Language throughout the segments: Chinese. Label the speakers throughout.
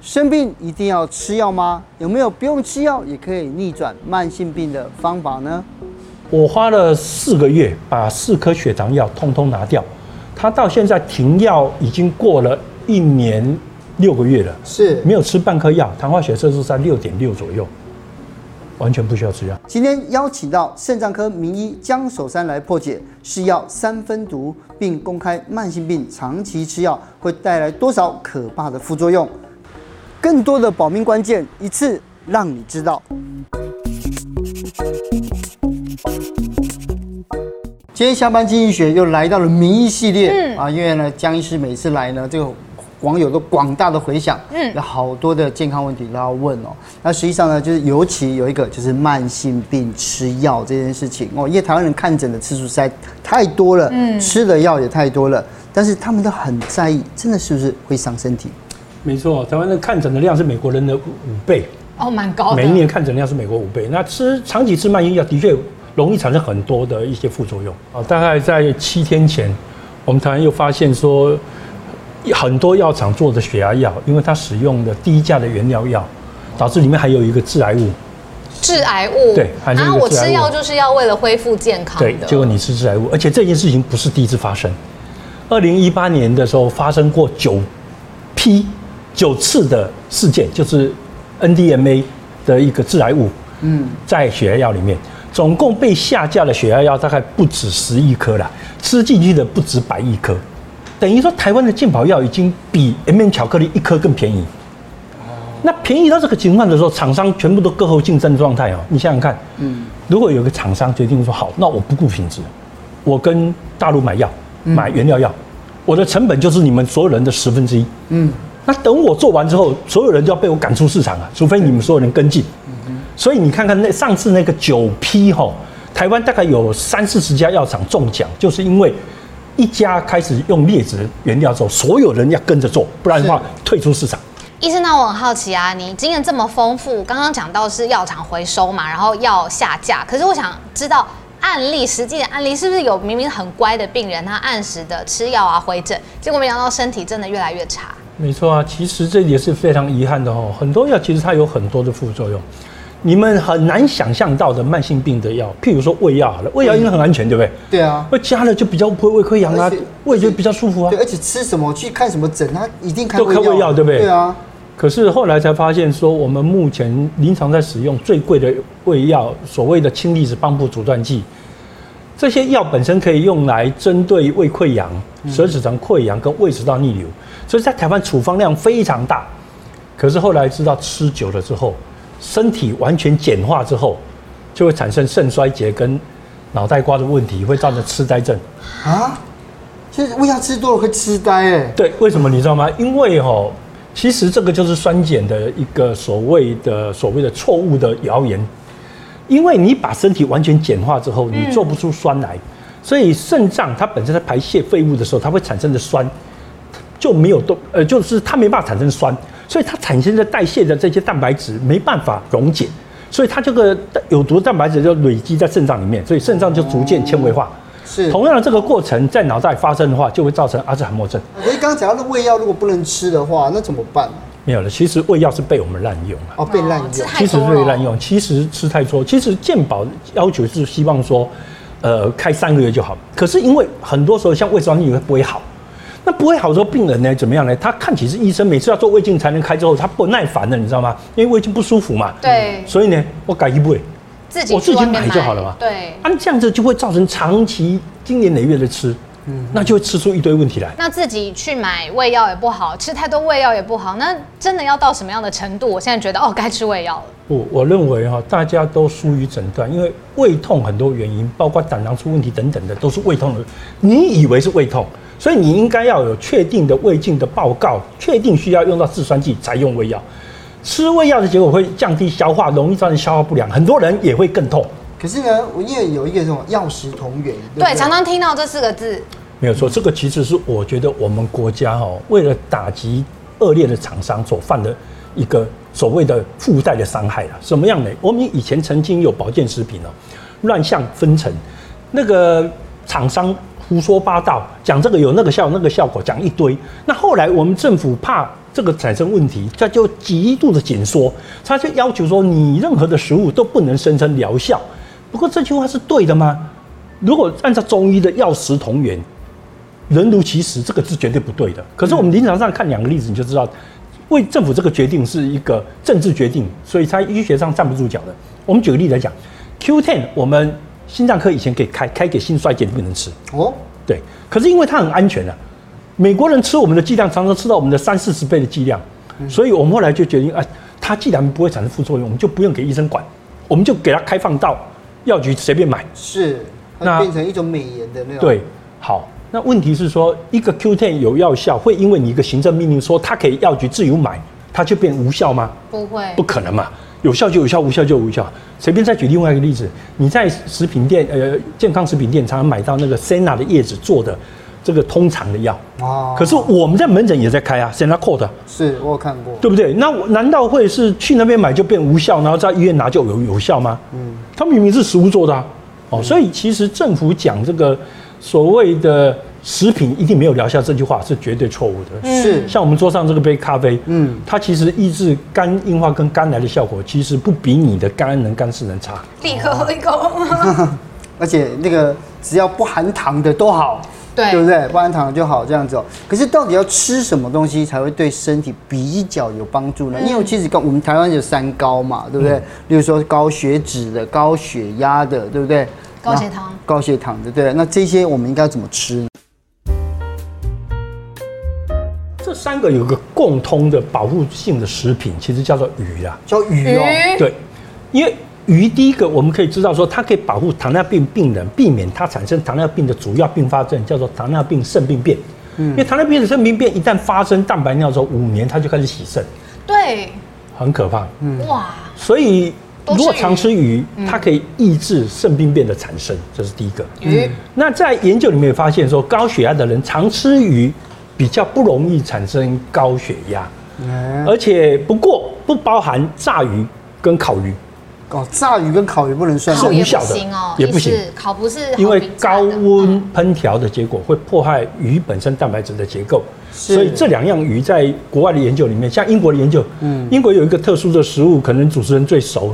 Speaker 1: 生病一定要吃药吗？有没有不用吃药也可以逆转慢性病的方法呢？
Speaker 2: 我花了四个月把四颗血糖药通通拿掉，他到现在停药已经过了一年六个月了，
Speaker 1: 是
Speaker 2: 没有吃半颗药，糖化血色素在六点六左右，完全不需要吃药。
Speaker 1: 今天邀请到肾脏科名医江守山来破解是药三分毒，并公开慢性病长期吃药会带来多少可怕的副作用。更多的保命关键，一次让你知道。今天下班经济学又来到了名医系列、
Speaker 2: 嗯
Speaker 1: 啊，因为呢，江医师每次来呢，这个网友都广大的回响，嗯，有好多的健康问题都要问哦。那实际上呢，就是尤其有一个就是慢性病吃药这件事情哦，因为台湾人看诊的次数实在太多了，嗯，吃的药也太多了，但是他们都很在意，真的是不是会伤身体？
Speaker 2: 没错，台湾的看诊的量是美国人的五倍，
Speaker 3: 哦，蛮高的。
Speaker 2: 每一年看诊量是美国五倍。那吃长期吃慢性药的确容易产生很多的一些副作用啊。大概在七天前，我们台湾又发现说，很多药厂做的血压药，因为它使用的低价的原料药，导致里面还有一个致癌物。
Speaker 3: 致癌物，
Speaker 2: 对含这
Speaker 3: 啊，
Speaker 2: 个
Speaker 3: 我
Speaker 2: 致癌
Speaker 3: 吃药
Speaker 2: 物
Speaker 3: 就是要为了恢复健康
Speaker 2: 对
Speaker 3: 的。，
Speaker 2: 结果你吃致癌物，而且这件事情不是第一次发生。二零一八年的时候发生过九批九次的事件，就是 NDMA 的一个致癌物，嗯，在血压药里面，总共被下架的血压药大概不止十亿颗啦，吃进去的不止百亿颗，等于说台湾的健保药已经比 M、巧克力一颗更便宜。那便宜到这个情况的时候，厂商全部都各后竞争状态哦。你想想看，嗯，如果有个厂商决定说好，那我不顾品质，我跟大陆买药，买原料药，我的成本就是你们所有人的十分之一。嗯，那等我做完之后，所有人就要被我赶出市场啊，除非你们所有人跟进。所以你看看那上次那个九批吼，台湾大概有三四十家药厂中奖，就是因为一家开始用劣质原料之后，所有人要跟着做，不然的话退出市场。
Speaker 3: 医生，那我很好奇啊，你经验这么丰富，刚刚讲到是药厂回收嘛，然后药下架，可是我想知道案例，实际的案例是不是有明明很乖的病人，他按时的吃药啊回诊，结果没想到身体真的越来越差。
Speaker 2: 没错啊，其实这也是非常遗憾的哦。很多药其实它有很多的副作用，你们很难想象到的慢性病的药，譬如说胃药好了，胃药应该很安全，对不对？
Speaker 1: 对啊，
Speaker 2: 胃加了就比较不会胃溃疡
Speaker 1: 而
Speaker 2: 啊
Speaker 1: 且，
Speaker 2: 胃就比较舒服啊
Speaker 1: 对，。而且吃什么去看什么诊，他一定开
Speaker 2: 都开胃药对不对
Speaker 1: 对啊，
Speaker 2: 可是后来才发现说，我们目前临床在使用最贵的胃药，所谓的氢离子泵布阻断剂，这些药本身可以用来针对胃溃疡、舌质肠溃疡跟胃食道逆流，所以在台湾处方量非常大。可是后来知道吃久了之后，身体完全简化之后，就会产生肾衰竭跟脑袋瓜的问题，会造成痴呆症。
Speaker 1: 啊，就是胃药吃多了会痴呆哎。
Speaker 2: 对，为什么你知道吗？因为哦，其实这个就是酸碱的一个所谓的所谓的错误的谣言，因为你把身体完全碱化之后，你做不出酸来，所以肾脏它本身在排泄废物的时候，它会产生的酸就没有都呃，就是它没办法产生酸，所以它产生的代谢的这些蛋白质没办法溶解，所以它这个有毒的蛋白质就累积在肾脏里面，所以肾脏就逐渐纤维化。
Speaker 1: 是
Speaker 2: 同样的这个过程在脑袋发生的话，就会造成阿兹海默症。
Speaker 1: 可是刚刚讲到的胃药如果不能吃的话，那怎么办？
Speaker 2: 没有了。其实胃药是被我们滥用了，
Speaker 1: 哦，被滥
Speaker 3: 哦吃
Speaker 1: 用。
Speaker 3: 太
Speaker 2: 其实
Speaker 3: 多
Speaker 2: 被
Speaker 3: 了
Speaker 2: 滥用，其实吃太多。其实健保要求是希望说，呃，开三个月就好。可是因为很多时候像胃酸逆流不会好，那不会好的时候病人呢怎么样呢？他看起是医生，每次要做胃镜才能开之后，他不耐烦了，你知道吗？因为胃镜不舒服嘛。
Speaker 3: 对
Speaker 2: 所以呢，我改一胃。
Speaker 3: 自己
Speaker 2: 我自
Speaker 3: 去
Speaker 2: 己
Speaker 3: 外面
Speaker 2: 买就好了嘛。
Speaker 3: 对，
Speaker 2: 按、这样子就会造成长期经年累月的吃，嗯，那就会吃出一堆问题来。
Speaker 3: 那自己去买胃药也不好，吃太多胃药也不好，那真的要到什么样的程度？我现在觉得哦，该吃胃药了。
Speaker 2: 我我认为哈、大家都疏于诊断，因为胃痛很多原因，包括胆囊出问题等等的，都是胃痛的。你以为是胃痛，所以你应该要有确定的胃镜的报告，确定需要用到制酸剂才用胃药。吃胃药的结果会降低消化，容易造成消化不良，很多人也会更痛。
Speaker 1: 可是呢，我因为有一个这种药食同源，不
Speaker 3: 对，常常听到这四个字，
Speaker 2: 没有错，这个其实是我觉得我们国家哦，为了打击恶劣的厂商所犯的一个所谓的附带的伤害了。什么样呢？我们以前曾经有保健食品哦，乱象纷呈，那个厂商胡说八道，讲这个有那个效那个效果，讲一堆。那后来我们政府怕这个产生问题，它就极度的紧缩，它就要求说你任何的食物都不能声称疗效。不过这句话是对的吗？如果按照中医的药食同源，人如其食，这个是绝对不对的。可是我们临床上看两个例子，你就知道，为政府这个决定是一个政治决定，所以它医学上站不住脚的。我们举个例子来讲，Q10，我们心脏科以前可以开，开给心衰竭的病人吃，
Speaker 1: 哦，
Speaker 2: 对。可是因为它很安全啊，美国人吃我们的剂量常常吃到我们的三四十倍的剂量，所以我们后来就决定，啊，它既然不会产生副作用，我们就不用给医生管，我们就给它开放到药局随便买。
Speaker 1: 是，它
Speaker 2: 那
Speaker 1: 变成一种美颜的那种。
Speaker 2: 对，，好。那问题是说，一个 Q10 有药效，会因为你一个行政命令说它可以药局自由买，它就变无效吗？
Speaker 3: 不会
Speaker 2: 不可能嘛，有效就有效，无效就无效。随便再举另外一个例子，你在食品店，呃，健康食品店常常买到那个 Senna 的叶子做的这个通常的药，
Speaker 1: 哦，
Speaker 2: 可是我们在门诊也在开啊，Senna Code，啊
Speaker 1: 是我有看过。
Speaker 2: 对不对？那我难道会是去那边买就变无效，然后在医院拿就有有效吗？
Speaker 1: 嗯，
Speaker 2: 它明明是食物做的、啊、哦，所以其实政府讲这个所谓的食品一定没有疗效这句话是绝对错误的。
Speaker 1: 是，
Speaker 2: 像我们桌上这个杯咖啡，
Speaker 1: 嗯
Speaker 2: 它其实抑制肝硬化跟肝癌的效果，其实不比你的肝癌能、肝肾能差。
Speaker 3: 立刻喝一口。
Speaker 1: 而且那个只要不含糖的都好，
Speaker 3: 对
Speaker 1: 对不对？不含糖的就好这样子哦。可是到底要吃什么东西才会对身体比较有帮助呢？
Speaker 3: 嗯
Speaker 1: 因为其实高我们台湾有三高嘛，对不对？例如说高血脂的、高血压的，对不对？
Speaker 3: 高血糖
Speaker 1: 那高血糖的，对。那这些我们应该怎么吃呢？
Speaker 2: 这三个有个共通的保护性的食品，其实叫做鱼啊。
Speaker 1: 叫鱼哦，
Speaker 3: 鱼
Speaker 2: 对，因为鱼第一个我们可以知道说，它可以保护糖尿病病人，避免它产生糖尿病的主要并发症，叫做糖尿病肾病变。因为糖尿病的肾病变一旦发生蛋白尿之后，五年它就开始洗肾，
Speaker 3: 对，
Speaker 2: 很可怕。
Speaker 3: 哇，
Speaker 2: 所以
Speaker 3: 多
Speaker 2: 如
Speaker 3: 吃
Speaker 2: 果常吃鱼，它可以抑制肾病变的产生，这是第一个。嗯
Speaker 3: 鱼
Speaker 2: 那在研究里面也发现说，高血压的人常吃鱼，比较不容易产生高血压，
Speaker 1: 嗯
Speaker 2: 而且不过不包含炸鱼跟烤鱼。
Speaker 1: 哦，炸鱼跟烤鱼不能算
Speaker 2: 是
Speaker 3: 烤
Speaker 1: 是
Speaker 3: 也
Speaker 2: 无效
Speaker 3: 不
Speaker 2: 的
Speaker 3: 行哦，
Speaker 2: 也不行
Speaker 3: 意思烤不是好
Speaker 2: 因为
Speaker 3: 评价
Speaker 2: 高
Speaker 3: 的
Speaker 2: 温烹调的结果会破坏鱼本身蛋白质的结构，
Speaker 1: 是
Speaker 2: 所以这两样鱼在国外的研究里面，像英国的研究，
Speaker 1: 嗯
Speaker 2: 英国有一个特殊的食物，可能主持人最熟，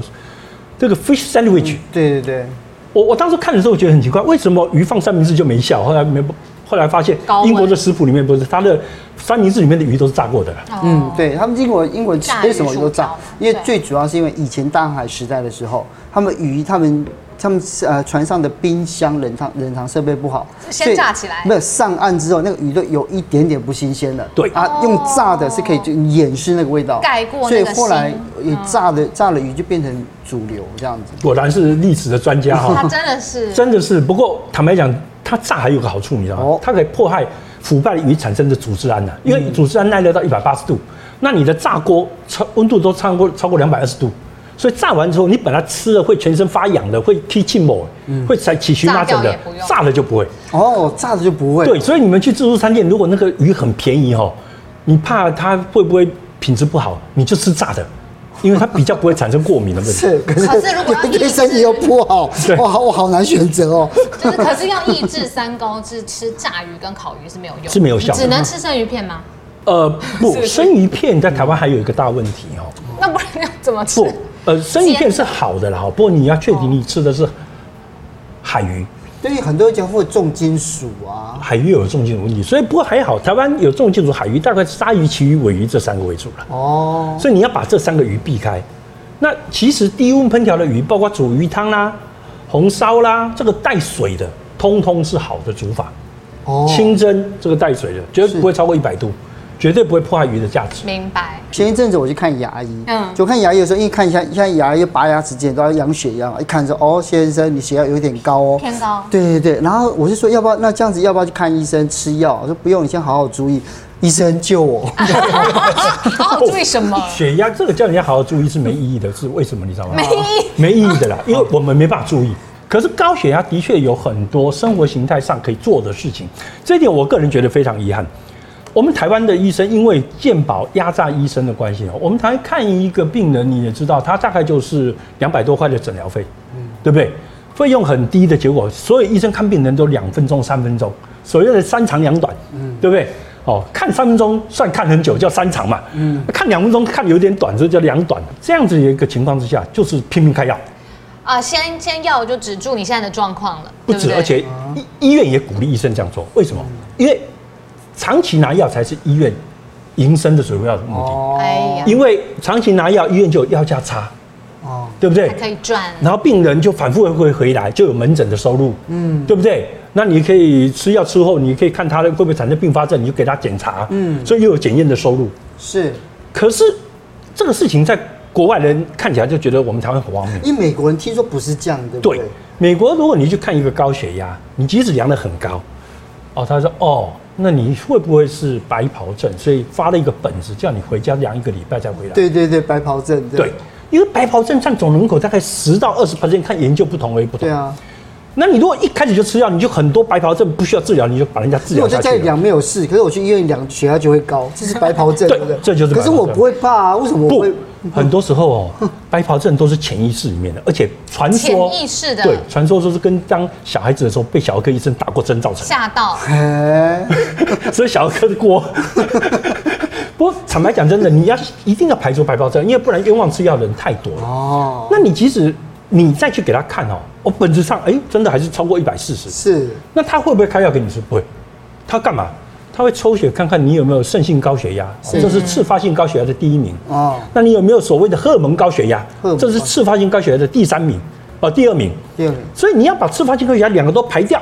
Speaker 2: 这个 fish sandwich。
Speaker 3: 嗯
Speaker 1: 对对对，
Speaker 2: 我我当时看的时候觉得很奇怪，为什么鱼放三明治就没效？后来没，后来发现
Speaker 3: 高温
Speaker 2: 英国的食谱里面不是它的三明治里面的鱼都是炸过的啦。
Speaker 3: 哦
Speaker 1: 嗯，对他们英国英国人
Speaker 3: 炸
Speaker 1: 吃什么
Speaker 3: 鱼薯
Speaker 1: 都炸
Speaker 3: 条，
Speaker 1: 因为
Speaker 3: 对
Speaker 1: 最主要是因为以前大航海时代的时候，他们鱼他们。他们呃船上的冰箱冷藏冷藏设备不好，
Speaker 3: 先
Speaker 1: 所以
Speaker 3: 炸起来
Speaker 1: 没有上岸之后，那个鱼都有一点点不新鲜了。
Speaker 2: 对
Speaker 1: 啊，用炸的是可以就掩饰那个味道，
Speaker 3: 哦盖过
Speaker 1: 所
Speaker 3: 那
Speaker 1: 以
Speaker 3: 个腥嗯
Speaker 1: 后来也炸的炸了鱼就变成主流这样子。
Speaker 2: 果然是历史的专家哈、
Speaker 3: 它真的是
Speaker 2: 真的是，不过坦白讲，它炸还有个好处，你知道吗？
Speaker 1: 哦
Speaker 2: 它可以破坏腐败鱼产生的组织胺呐、因为组织胺耐热到一百八十度，那你的炸锅超温度都超过超过两百二十度，所以炸完之后，你本来吃了会全身发痒的，会踢沁某，
Speaker 1: 嗯
Speaker 2: 会起起荨麻疹
Speaker 3: 炸掉
Speaker 2: 的
Speaker 3: 也不，用
Speaker 2: 炸了就不会。
Speaker 1: 哦，炸的就不会。
Speaker 2: 对，，所以你们去自助餐店，如果那个鱼很便宜哦，你怕它会不会品质不好，你就吃炸的，因为它比较不会产生过敏的问题。
Speaker 1: 是。可是
Speaker 3: 可是如果要抑
Speaker 1: 对
Speaker 3: 制
Speaker 1: 身体又不好，哇，好我好难选择哦。
Speaker 3: 就是，可是要抑制三高，是吃炸鱼跟烤鱼是没有用的，
Speaker 2: 是没有效的
Speaker 3: 只能吃生鱼片吗？
Speaker 2: 呃，不
Speaker 3: 是，是
Speaker 2: 生鱼片在台湾还有一个大问题哦。
Speaker 3: 那不然要怎么吃
Speaker 2: 不？，呃，生鱼片是好的啦，哈，不过你要确定你吃的
Speaker 1: 哦
Speaker 2: 是海鱼，
Speaker 1: 对于很多人讲会有重金属啊，
Speaker 2: 海鱼有重金属问题，所以不过还好，台湾有重金属海鱼，大概鲨鱼、旗鱼、尾鱼这三个为主了，
Speaker 1: 哦，
Speaker 2: 所以你要把这三个鱼避开。那其实低温烹调的鱼，包括煮鱼汤啦、红烧啦，这个带水的，通通是好的煮法，
Speaker 1: 哦
Speaker 2: 清蒸这个带水的，绝对不会超过一百度，绝对不会破坏鱼的价值。
Speaker 3: 明白，
Speaker 1: 前一阵子我去看牙医，
Speaker 3: 嗯
Speaker 1: 嗯，就看牙医的时候，因为看一下，现在牙医拔牙齿之前都要量血压嘛，一看说，哦，先生，你血压有点高哦，
Speaker 3: 偏高
Speaker 1: 对对对，然后我就说，要不要那这样子，要不要去看医生吃药？我说不用，你先好好注意，医生救我。
Speaker 3: 好好注意什么？
Speaker 2: 血压这个叫人家好好注意是没意义的，是为什么？你知道吗？
Speaker 3: 没意义
Speaker 2: 没意义的啦，因为我们没办法注意。可是高血压的确有很多生活形态上可以做的事情，这一点我个人觉得非常遗憾。我们台湾的医生因为健保压榨医生的关系哦，我们台湾看一个病人，你也知道，他大概就是两百多块的诊疗费，对不对？费用很低的结果，所有医生看病人都两分钟、三分钟，所谓的三长两短，对不对？哦，看三分钟算看很久，叫三长嘛。嗯，看两分钟看有点短，这叫两短。这样子的一个情况之下，就是拼命开药，
Speaker 3: 啊，先先药就止住你现在的状况了，
Speaker 2: 不
Speaker 3: 对
Speaker 2: 止，
Speaker 3: 对
Speaker 2: 而且医医院也鼓励医生这样做。为什么？因为长期拿药才是医院营生的主要目的。
Speaker 3: 哎呀
Speaker 2: 因为长期拿药，医院就有药价差，
Speaker 1: 哦，
Speaker 2: 对不对
Speaker 3: 还？可以赚，
Speaker 2: 然后病人就反复会回来，就有门诊的收入，嗯，对不对？那你可以吃药吃后，你可以看他会不会产生并发症，你就给他检查，嗯，所以又有检验的收入。
Speaker 1: 是
Speaker 2: 可是这个事情在国外人看起来就觉得我们台湾很荒谬。
Speaker 1: 因为美国人听说不是这样，对不
Speaker 2: 对
Speaker 1: 对？，
Speaker 2: 美国如果你去看一个高血压，你即使量得很高，哦，他说哦，那你会不会是白袍症？所以发了一个本子，叫你回家量一个礼拜再回来。
Speaker 1: 对对对，白袍症，
Speaker 2: 对，因为白袍症占总人口大概十到二十 percent，看研究不同为不同。
Speaker 1: 对啊，
Speaker 2: 那你如果一开始就吃药，你就很多白袍症不需要治疗，你就把人家治
Speaker 1: 因为
Speaker 2: 疗
Speaker 1: 我在
Speaker 2: 下
Speaker 1: 家里
Speaker 2: 去了。
Speaker 1: 量没有事，可是我去医院量血压就会高，这是白袍症，
Speaker 2: 对
Speaker 1: 对不对？
Speaker 2: 这就是白
Speaker 1: 可
Speaker 2: 袍
Speaker 1: 是
Speaker 2: 症
Speaker 1: 我不会怕啊，为什么我
Speaker 2: 不
Speaker 1: 会？，
Speaker 2: 很多时候哦，白袍症都是潜意识里面的，而且传说
Speaker 3: 潜意识的
Speaker 2: 对，传说说是跟当小孩子的时候被小儿科医生打过针造成
Speaker 3: 吓到，
Speaker 1: 哎，
Speaker 2: 的，所以小儿科的锅。 不过坦白讲，真的，你要一定要排除白袍症，因为不然冤枉吃药的人太多了。
Speaker 1: 哦，
Speaker 2: 那你即使你再去给他看哦，我本质上哎、真的还是超过一百四十，
Speaker 1: 是
Speaker 2: 那他会不会开药给你吃？不会，他干嘛？他会抽血看看你有没有肾性高血压，
Speaker 1: 是
Speaker 2: 这是次发性高血压的第一名。
Speaker 1: 哦，
Speaker 2: 那你有没有所谓的荷尔蒙高血压
Speaker 1: 荷尔？蒙
Speaker 2: 这是次发性高血压的第三名，哦，第二名。
Speaker 1: 第二名
Speaker 2: 所以你要把次发性高血压两个都排掉，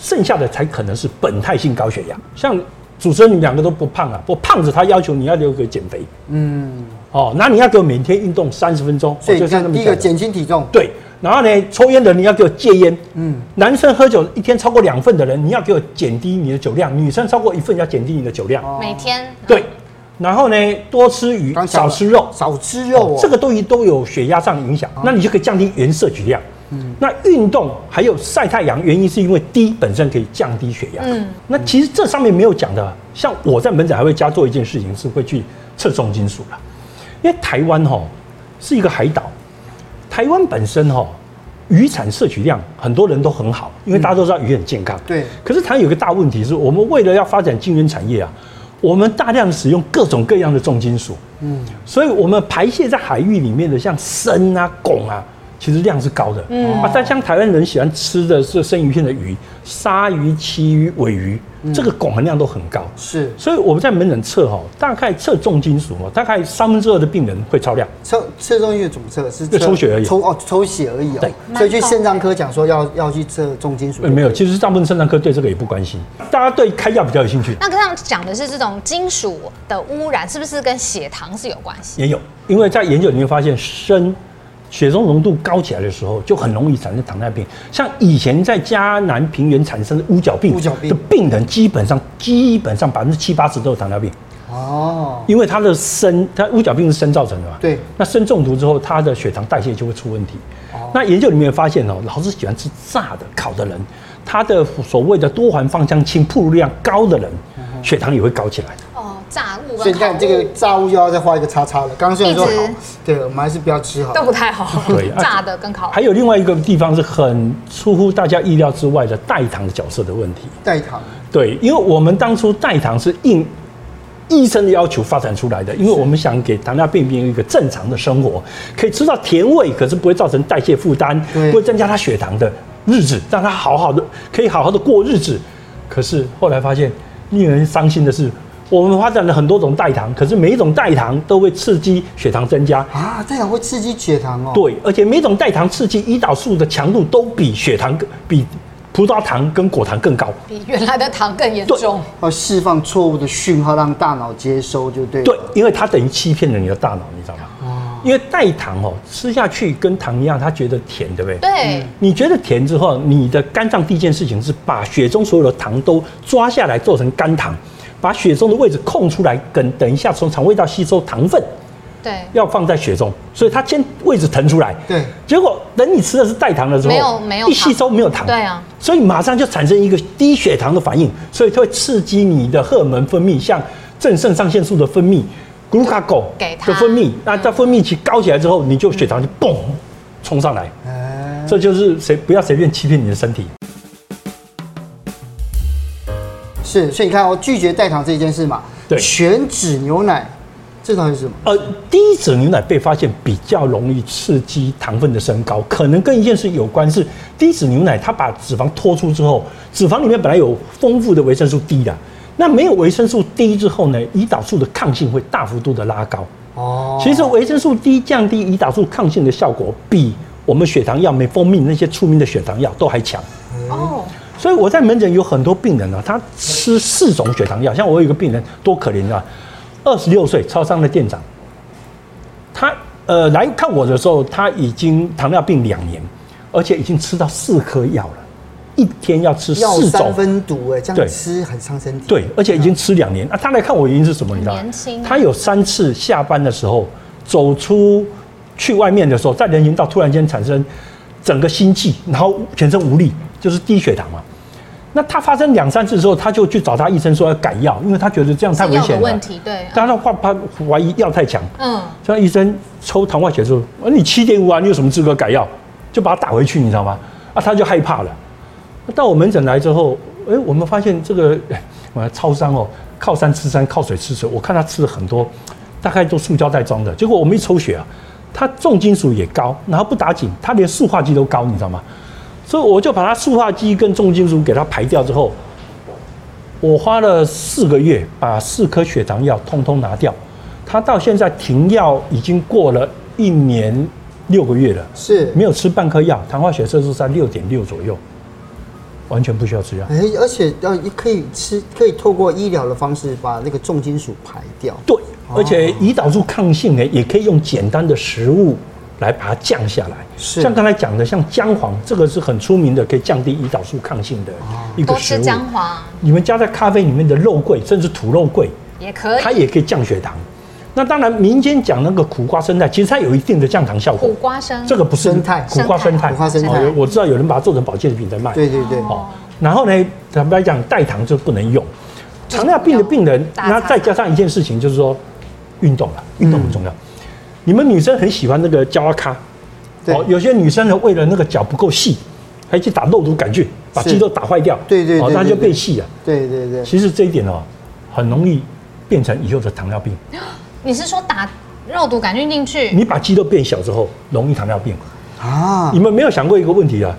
Speaker 2: 剩下的才可能是本态性高血压。像主持人你们两个都不胖啊，不胖子他要求你要留给减肥，嗯，哦，那你要给我每天运动三十分钟，
Speaker 1: 所以
Speaker 2: 哦就
Speaker 1: 你
Speaker 2: 像那
Speaker 1: 看，
Speaker 2: 么
Speaker 1: 第一
Speaker 2: 讲
Speaker 1: 个
Speaker 2: 的
Speaker 1: 减轻体重，
Speaker 2: 对，然后呢，抽烟的人你要给我戒烟，嗯，男生喝酒一天超过两份的人，你要给我减低你的酒量，女生超过一份要减低你的酒量，
Speaker 3: 每天
Speaker 2: 对，然后呢，多吃鱼，
Speaker 1: 哦刚讲
Speaker 2: 少
Speaker 1: 了
Speaker 2: 吃肉，
Speaker 1: 少吃肉哦，
Speaker 2: 这个对于都有血压上的影响，那你就可以降低原摄取量。那运动还有晒太阳，原因是因为低本身可以降低血压。
Speaker 3: 嗯
Speaker 2: 那其实这上面没有讲的，像我在门诊还会加做一件事情，是会去测重金属啦。因为台湾哈是一个海岛，台湾本身哈渔产摄取量很多人都很好，因为大家都知道鱼很健康。
Speaker 1: 对
Speaker 2: 可是它有一个大问题是，我们为了要发展晶圆产业啊，我们大量使用各种各样的重金属。嗯，所以我们排泄在海域里面的像参啊、汞啊，其实量是高的。嗯啊，但像台湾人喜欢吃的是生鱼片的鱼，鲨鱼、旗鱼、尾鱼，这个汞含量都很高。
Speaker 1: 是
Speaker 2: 所以我们在门诊测哈，大概测重金属哦，大概三分之二的病人会超量。
Speaker 1: 测测重金属怎么测？是
Speaker 2: 就抽血而已
Speaker 1: 抽哦，抽血而已哦。
Speaker 2: 对
Speaker 1: 所以去肾脏科讲说要要去测重金属
Speaker 2: 呃，，没有，其实大部分肾脏科对这个也不关心，大家对开药比较有兴趣。
Speaker 3: 那跟他们讲的是这种金属的污染，是不是跟血糖是有关系？
Speaker 2: 也有，因为在研究里面发现，砷血中浓度高起来的时候，就很容易产生糖尿病。像以前在迦南平原产生的乌角病，
Speaker 1: 乌角病
Speaker 2: 的病人基本上基本上百分之七八十都有糖尿病，
Speaker 1: 哦，
Speaker 2: 因为他的砷，他乌角病是砷造成的嘛。
Speaker 1: 对
Speaker 2: 那砷中毒之后，他的血糖代谢就会出问题。那研究里面发现哦，老是喜欢吃炸的、烤的人，他的所谓的多环芳香烃暴露量高的人，
Speaker 1: 嗯
Speaker 2: 血糖也会高起来。
Speaker 3: 哦，炸物
Speaker 1: 所以
Speaker 3: 跟
Speaker 1: 你
Speaker 3: 烤
Speaker 1: 看这个
Speaker 3: 物
Speaker 1: 炸物又要再画一个叉叉了。刚刚虽然说
Speaker 3: 一直
Speaker 1: 好，对我们还是不要吃好了
Speaker 3: 都。不太好
Speaker 2: 对，啊
Speaker 3: 炸的跟烤
Speaker 2: 还有另外一个地方是很出乎大家意料之外的代糖的角色的问题。
Speaker 1: 代糖
Speaker 2: 对，因为我们当初代糖是应医生的要求发展出来的，因为我们想给糖尿病病人一个正常的生活，可以吃到甜味，可是不会造成代谢负担，
Speaker 1: 对
Speaker 2: 不会增加他血糖的日子，让他好好的可以好好的过日子。可是后来发现，令人伤心的是。我们发展了很多种代糖，可是每一种代糖都会刺激血糖增加，
Speaker 1: 啊，代糖会刺激血糖哦。，
Speaker 2: 对，而且每种代糖刺激胰岛素的强度都比血糖更比葡萄糖跟果糖更高。
Speaker 3: 比原来的糖更严重。
Speaker 1: 要释放错误的讯号让大脑接收就对了。哦
Speaker 2: 对，因为它等于欺骗了你的大脑，你知道吗？因为代糖哦，吃下去跟糖一样，它觉得甜，对不
Speaker 1: 嗯
Speaker 2: 对？
Speaker 3: 对，
Speaker 2: 你觉得甜之后，你的肝脏第一件事情是把血中所有的糖都抓下来做成肝糖，把血中的位置空出来，等等一下从肠胃道吸收糖分。
Speaker 3: 对，
Speaker 2: 要放在血中，所以它先位置腾出来。
Speaker 1: 对
Speaker 2: 结果等你吃的是代糖的时候，
Speaker 3: 没有没有
Speaker 2: 一
Speaker 3: 糖
Speaker 2: 吸收没有糖，
Speaker 3: 对啊，
Speaker 2: 所以马上就产生一个低血糖的反应，所以它会刺激你的荷尔蒙分泌，像正肾上腺素的分泌 g l u c a g o
Speaker 3: 给它
Speaker 2: 的分泌，那在分泌期高起来之后，你就血糖就嘣冲上来，
Speaker 1: 哎，
Speaker 2: 这就是谁不要随便欺骗你的身体。
Speaker 1: 是，所以你看哦，拒绝代糖这件事嘛，
Speaker 2: 对
Speaker 1: 全脂牛奶，这到底是什么？
Speaker 2: 呃，低脂牛奶被发现比较容易刺激糖分的升高，可能跟一件事有关是，低脂牛奶它把脂肪脱出之后，脂肪里面本来有丰富的维生素 D 的，那没有维生素 D 之后呢，胰岛素的抗性会大幅度的拉高。
Speaker 1: 哦，
Speaker 2: 其实维生素 D 降低胰岛素抗性的效果，比我们血糖药、美蜂蜜那些出名的血糖药都还强。
Speaker 3: 哦，
Speaker 2: 所以我在门诊有很多病人啊，他吃四种血糖药，像我有一个病人多可怜啊，二十六岁，超商的店长，他呃来看我的时候，他已经糖尿病两年，而且已经吃到四颗药了，一天要吃
Speaker 1: 药
Speaker 2: 四种
Speaker 1: 三。分毒哎，这样
Speaker 2: 对
Speaker 1: 吃很伤身体。
Speaker 2: 对，而且已经吃两年啊。他来看我原因是什么？你知道吗？
Speaker 3: 年轻啊
Speaker 2: 他有三次下班的时候走出去外面的时候，在人行道突然间产生整个心悸，然后全身无力，就是低血糖嘛。那他发生两三次之后，他就去找他医生说要改药，因为他觉得这样太
Speaker 3: 是
Speaker 2: 危
Speaker 3: 药的
Speaker 2: 险了
Speaker 3: 问。题，对，啊
Speaker 2: 但他怕怕怀疑药太强，
Speaker 3: 嗯，
Speaker 2: 像医生抽糖化血素，啊，你七点五啊，你有什么资格改药？就把他打回去，你知道吗？啊，他就害怕了。到我门诊来之后，哎、我们发现这个，哎我来超商哦，靠山吃山，靠水吃水。我看他吃了很多，大概都塑胶袋装的。结果我们一抽血啊，他重金属也高，然后不打紧，他连塑化剂都高，你知道吗？所以我就把他塑化剂跟重金属给他排掉之后，我花了四个月把四颗血糖药通通拿掉，他到现在停药已经过了一年六个月了，
Speaker 1: 是
Speaker 2: 没有吃半颗药，糖化血色素在六点六左右，完全不需要吃药。
Speaker 1: 哎，而且要可以吃，可以透过医疗的方式把那个重金属排掉。
Speaker 2: 对，而
Speaker 1: 哦
Speaker 2: 且胰岛素抗性呢，也可以用简单的食物来把它降下来。
Speaker 1: 是
Speaker 2: 像刚才讲的，像姜黄，这个是很出名的，可以降低胰岛素抗性的
Speaker 1: 哦
Speaker 2: 一个
Speaker 3: 多
Speaker 2: 食
Speaker 3: 吃
Speaker 2: 物。
Speaker 3: 姜黄
Speaker 2: 你们加在咖啡里面的肉桂，甚至土肉桂，
Speaker 3: 也可
Speaker 2: 它
Speaker 3: 以，
Speaker 2: 也可以降血糖。那当然，民间讲那个苦瓜生态，其实它有一定的降糖效果
Speaker 3: 苦。瓜生
Speaker 2: 这个不是
Speaker 1: 生态
Speaker 2: 苦瓜生态，
Speaker 1: 苦瓜生态
Speaker 2: 哦有我知道有人把它做成保健品在卖。
Speaker 1: 对对对，
Speaker 2: 哦，然后呢，坦白讲，代糖就不能用。
Speaker 3: 就是
Speaker 2: 糖尿病的病人，
Speaker 3: 不要
Speaker 2: 那再加上一件事情，就是说运动了，
Speaker 1: 嗯
Speaker 2: 运动很重要。你们女生很喜欢那个胶阿咖，哦
Speaker 1: 对
Speaker 2: 有些女生呢，为了那个脚不够细，还去打肉毒杆菌，把
Speaker 1: 是
Speaker 2: 肌肉打坏掉，哦
Speaker 1: 对对对
Speaker 2: 那
Speaker 1: 对
Speaker 2: 就
Speaker 1: 对
Speaker 2: 变细了。
Speaker 1: 对对对，
Speaker 2: 其实这一点哦，很容易变成以后的糖尿病。
Speaker 3: 你是说打肉毒杆菌进去？
Speaker 2: 你把肌肉变小之后，容易糖尿病。
Speaker 1: 啊
Speaker 2: 你，们没有想过一个问题啊？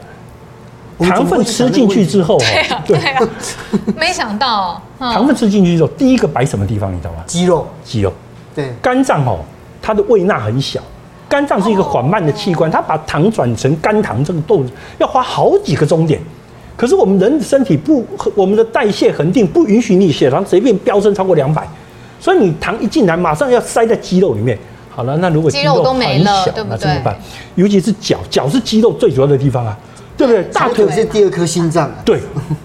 Speaker 1: 我们怎
Speaker 2: 糖
Speaker 1: 么
Speaker 2: 分
Speaker 1: 会想
Speaker 2: 吃
Speaker 1: 这个
Speaker 2: 进去
Speaker 1: 问题
Speaker 2: 之后哦，对，
Speaker 3: 对啊，没想到，嗯
Speaker 2: 糖分吃进去之后，第一个摆什么地方，你知道吗？
Speaker 1: 肌肉，
Speaker 2: 肌肉。
Speaker 1: 对，
Speaker 2: 肝脏哦，它的胃纳很小，肝脏是一个缓慢的器官，它把糖转成肝糖这个动作要花好几个钟点。可是我们人的身体不，我们的代谢恒定不允许你血糖随便飙升超过两百，所以你糖一进来马上要塞在肌肉里面。好了，那如果
Speaker 3: 肌
Speaker 2: 肌
Speaker 3: 肉
Speaker 2: 肉
Speaker 3: 都没
Speaker 2: 很
Speaker 3: 了
Speaker 2: 小
Speaker 3: 对不
Speaker 2: 那怎么
Speaker 3: 对
Speaker 2: 办？尤其是脚，脚是肌肉最主要的地方啊，对不对？大
Speaker 1: 大
Speaker 2: 腿
Speaker 1: 腿是第二颗心脏啊。
Speaker 2: 对，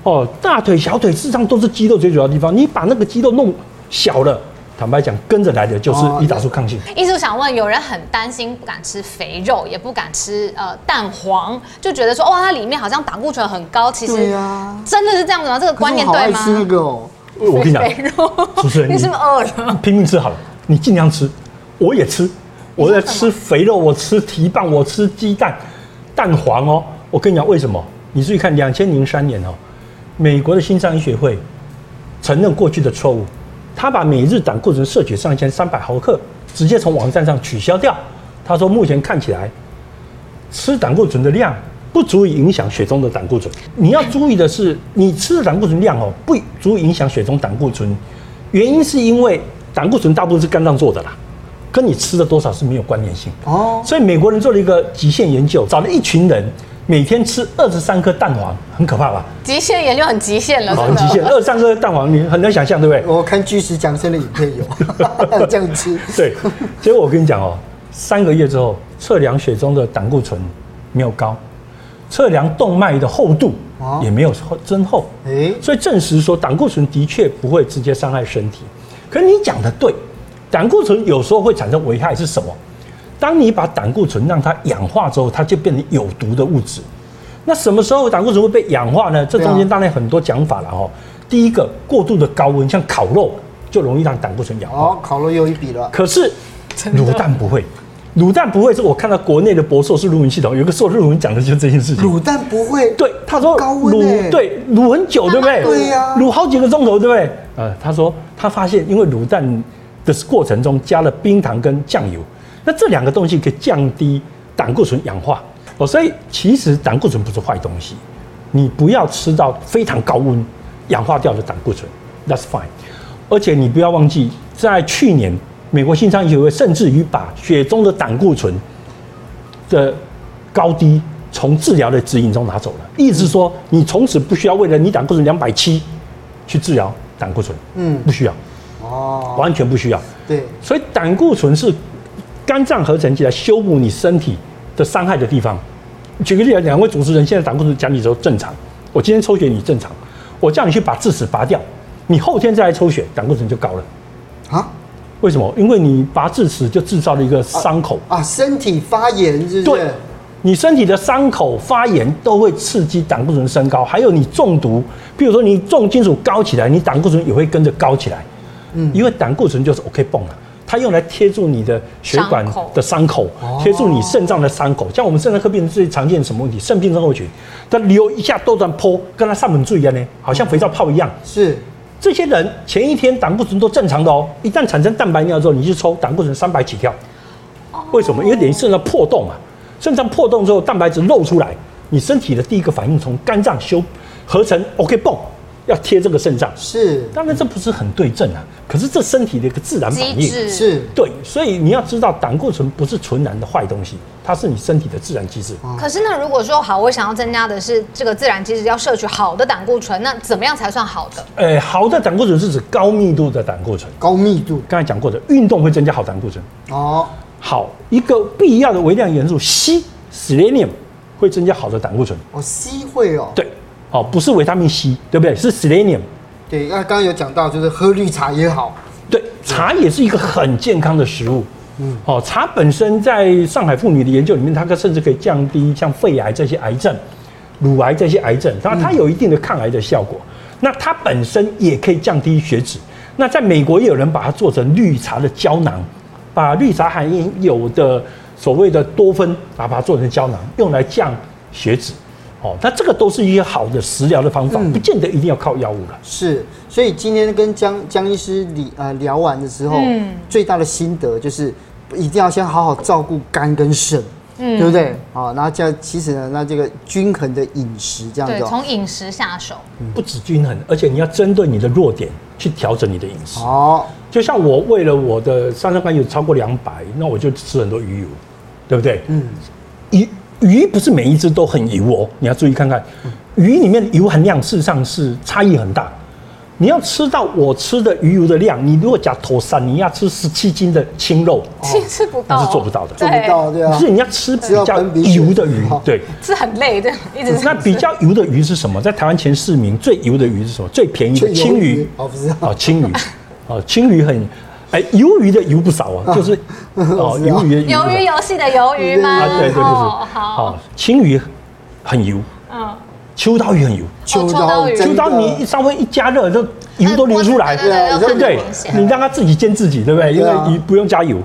Speaker 2: 哦，大腿、小腿事实上都是肌肉最主要的地方。你把那个肌肉弄小了，坦白讲，跟着来的就是
Speaker 1: 哦
Speaker 2: 胰岛素抗性。
Speaker 3: 医师我想问，有人很担心不敢吃肥肉，也不敢吃呃蛋黄，就觉得说哇，哦它里面好像胆固醇很高，其
Speaker 1: 对
Speaker 3: 实
Speaker 1: 呀
Speaker 3: 真的是这样子吗？这个
Speaker 1: 可
Speaker 3: 观
Speaker 1: 是我
Speaker 3: 念
Speaker 1: 好
Speaker 3: 对
Speaker 1: 爱
Speaker 3: 吗？
Speaker 1: 吃那个哦，
Speaker 2: 我跟你讲，
Speaker 3: 肥肉，
Speaker 2: 主持人
Speaker 3: 你
Speaker 2: 你
Speaker 3: 是不是饿了？
Speaker 2: 拼命吃好了，你尽量吃，我也吃，我在吃肥肉，我吃蹄膀，我吃鸡蛋，蛋黄哦。我跟你讲为什么？你注意看，两千零三年哦，美国的心脏医学会承认过去的错误，他把每日胆固醇摄取上限三百毫克直接从网站上取消掉。他说目前看起来，吃胆固醇的量不足以影响血中的胆固醇。你要注意的是，你吃的胆固醇量哦，不足以影响血中胆固醇。原因是因为胆固醇大部分是肝脏做的啦，跟你吃的多少是没有关联性。
Speaker 1: 哦，
Speaker 2: 所以美国人做了一个极限研究，找了一群人每天吃二十三颗蛋黄，很可怕吧？
Speaker 3: 极限研究很极限了，
Speaker 2: 好，很
Speaker 3: 真的
Speaker 2: 极限，二十三颗蛋黄，你很难想象，对不对？
Speaker 1: 我哦看巨石强森的影片有 这样吃，
Speaker 2: 对，结果我跟你讲哦，三个月之后测量血中的胆固醇没有高，测量动脉的厚度
Speaker 1: 哦
Speaker 2: 也没有增厚，
Speaker 1: 哎，
Speaker 2: 所以证实说胆固醇的确不会直接伤害身体。可你讲的对，胆固醇有时候会产生危害是什么？当你把胆固醇让它氧化之后，它就变成有毒的物质。那什么时候胆固醇会被氧化呢？这中
Speaker 1: 对啊
Speaker 2: 间当然很多讲法了哦。第一个，过度的高温，像烤肉就容易让胆固醇氧化。
Speaker 1: 哦，烤肉又一笔了，
Speaker 2: 可是
Speaker 3: 的
Speaker 2: 卤蛋不会，卤蛋不会是我看到国内的博硕士论文系统，有个硕士论文讲的就是这件事情。
Speaker 1: 卤蛋不会，
Speaker 2: 对，他说
Speaker 1: 高温欸
Speaker 2: 卤对卤很久，对不对？
Speaker 1: 对啊呀
Speaker 2: 卤好几个钟头，对不对？呃，他说他发现，因为卤蛋的过程中加了冰糖跟酱油，那这两个东西可以降低胆固醇氧化哦，所以其实胆固醇不是坏东西，你不要吃到非常高温氧化掉的胆固醇，that's fine。而且你不要忘记，在去年美国新商协会甚至于把血中的胆固醇的高低从治疗的指引中拿走了，意思是说你从此不需要为了你胆固醇两百七去治疗胆固醇，
Speaker 1: 嗯
Speaker 2: 不需要，
Speaker 1: 哦，
Speaker 2: 完全不需要。
Speaker 1: 对，
Speaker 2: 所以胆固醇是肝脏合成剂来修补你身体的伤害的地方。举个例子，两位主持人现在胆固醇讲你都正常，我今天抽血你正常，我叫你去把智齿拔掉，你后天再来抽血，胆固醇就高了。
Speaker 1: 啊
Speaker 2: 为什么？因为你拔智齿就制造了一个伤口，
Speaker 1: 啊，身体发炎是不
Speaker 2: 对
Speaker 1: 是？
Speaker 2: 你身体的伤口发炎都会刺激胆固醇升高，还有你中毒，比如说你重金属高起来，你胆固醇也会跟着高起来。嗯，因为胆固醇就是 OK 泵了，它用来贴住你的血管
Speaker 3: 伤口
Speaker 2: 的伤口，贴住你肾脏的伤口。像我们肾脏科病人最常见的什么问题？肾病症候群，它流一下都断坡，跟它上本柱一样呢，好像肥皂泡一样。
Speaker 1: 是
Speaker 2: 这些人前一天胆固醇都正常的哦，一旦产生蛋白尿之后，你去抽胆固醇三百起跳。为
Speaker 3: 哦
Speaker 2: 什么？因为等于肾脏破洞嘛，肾脏破洞之后，蛋白质漏出来，你身体的第一个反应从肝脏修合成 OK 泵，要贴这个肾脏。
Speaker 1: 是
Speaker 2: 当然这不是很对症啊，可是这身体的一个自然反
Speaker 3: 机
Speaker 2: 应。
Speaker 3: 制
Speaker 1: 是，
Speaker 2: 对，所以你要知道，胆固醇不是纯然的坏东西，它是你身体的自然机制。
Speaker 3: 可是那如果说好，我想要增加的是这个自然机制，要摄取好的胆固醇，那怎么样才算好的？
Speaker 2: 呃，好的胆固醇是指高密度的胆固醇。
Speaker 1: 高密度
Speaker 2: 刚才讲过的，运动会增加好胆固醇。
Speaker 1: 哦，
Speaker 2: 好，一个必要的微量元素硒 （selenium） 会增加好的胆固醇。
Speaker 1: 哦，C 会哦，
Speaker 2: 对，哦，不是维他命 C，对不对？是 selenium。
Speaker 1: 对，那刚刚有讲到，就是喝绿茶也好，
Speaker 2: 对，茶也是一个很健康的食物。嗯，哦，茶本身在上海妇女的研究里面，它甚至可以降低像肺癌这些癌症、乳癌这些癌症，当然它有一定的抗癌的效果。那它本身也可以降低血脂。那在美国也有人把它做成绿茶的胶囊，把绿茶含有的所谓的多酚啊，把它做成胶囊，用来降血脂。哦，那这个都是一些好的食疗的方法，不见得一定要靠药物了。
Speaker 1: 是，所以今天跟江江医师理呃聊完的时候，最大的心得就是一定要先好好照顾肝跟肾，对不对？好，然后这样其实呢，那这个均衡的饮食这样
Speaker 3: 对
Speaker 1: 子，，哦，
Speaker 3: 从饮食下手。
Speaker 2: 不止均衡，而且你要针对你的弱点去调整你的饮食。
Speaker 1: 好，
Speaker 2: 就像我为了我的三酸甘油超过两百，那我就吃很多鱼油，对不对？嗯，鱼鱼不是每一只都很油哦，你要注意看看，鱼里面的油含量事实上是差异很大。你要吃到我吃的鱼油的量，你如果讲头三，你要吃十七斤的青肉，
Speaker 3: 其实吃不到、哦
Speaker 2: 那是做不到的
Speaker 1: 做不到，对啊
Speaker 2: 可，是你要吃比
Speaker 1: 吃到
Speaker 2: 较
Speaker 1: 本比
Speaker 2: 油的
Speaker 1: 血
Speaker 2: 鱼
Speaker 1: 好，
Speaker 2: 对。
Speaker 3: 是很累的，一直
Speaker 2: 那比较油的鱼是什么？在台湾前四名最油的鱼是什么？最便宜
Speaker 1: 就
Speaker 2: 的
Speaker 1: 鱿
Speaker 2: 青鱼。
Speaker 1: 哦，不知道，
Speaker 2: 哦，青鱼，哦，青鱼很，哎，鱿鱼的油不少 啊，就是哦，
Speaker 1: 知道
Speaker 2: 鱿鱼的油
Speaker 3: 鱿鱼游戏的鱿鱼吗？
Speaker 2: 啊，对对对对，
Speaker 3: 哦
Speaker 2: 好
Speaker 3: 好，，
Speaker 2: 青鱼很油，
Speaker 3: 嗯，
Speaker 2: 秋刀鱼很油，
Speaker 1: 秋
Speaker 3: 秋刀鱼
Speaker 2: 秋
Speaker 1: 真
Speaker 2: 刀
Speaker 1: 的
Speaker 2: 你稍微一加热，就油都流出来，
Speaker 3: 对
Speaker 1: 对
Speaker 3: 对
Speaker 1: 对
Speaker 2: 对不对
Speaker 3: 很明？显
Speaker 2: 你让它自己煎自己，对不对？因
Speaker 1: 对啊
Speaker 2: 为鱼不用加油。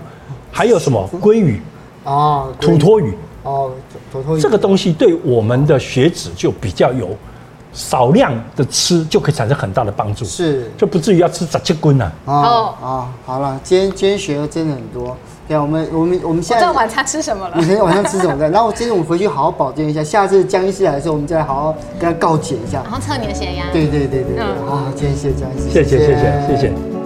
Speaker 2: 还有什么鲑鱼、
Speaker 1: 哦，
Speaker 2: 土托鱼，
Speaker 1: 哦，土托鱼
Speaker 2: 这个东西对我们的血脂就比较有少量的吃就可以产生很大的帮助，
Speaker 1: 是
Speaker 2: 就不至于要吃杂七棍啊。
Speaker 1: 啊啊，好了，今天今天学的真的很多，对啊，我们我们我们现
Speaker 4: 我知
Speaker 1: 在
Speaker 4: 道晚餐吃什么了
Speaker 1: 你。昨天晚上吃什么的？然后今天我们回去好好保健一下，下次江医师来的时候，我们再好好跟他告解一下。
Speaker 3: 然后测你的血压。
Speaker 1: 嗯对对对对对，好，今天谢谢江医师，
Speaker 2: 谢谢谢谢谢谢。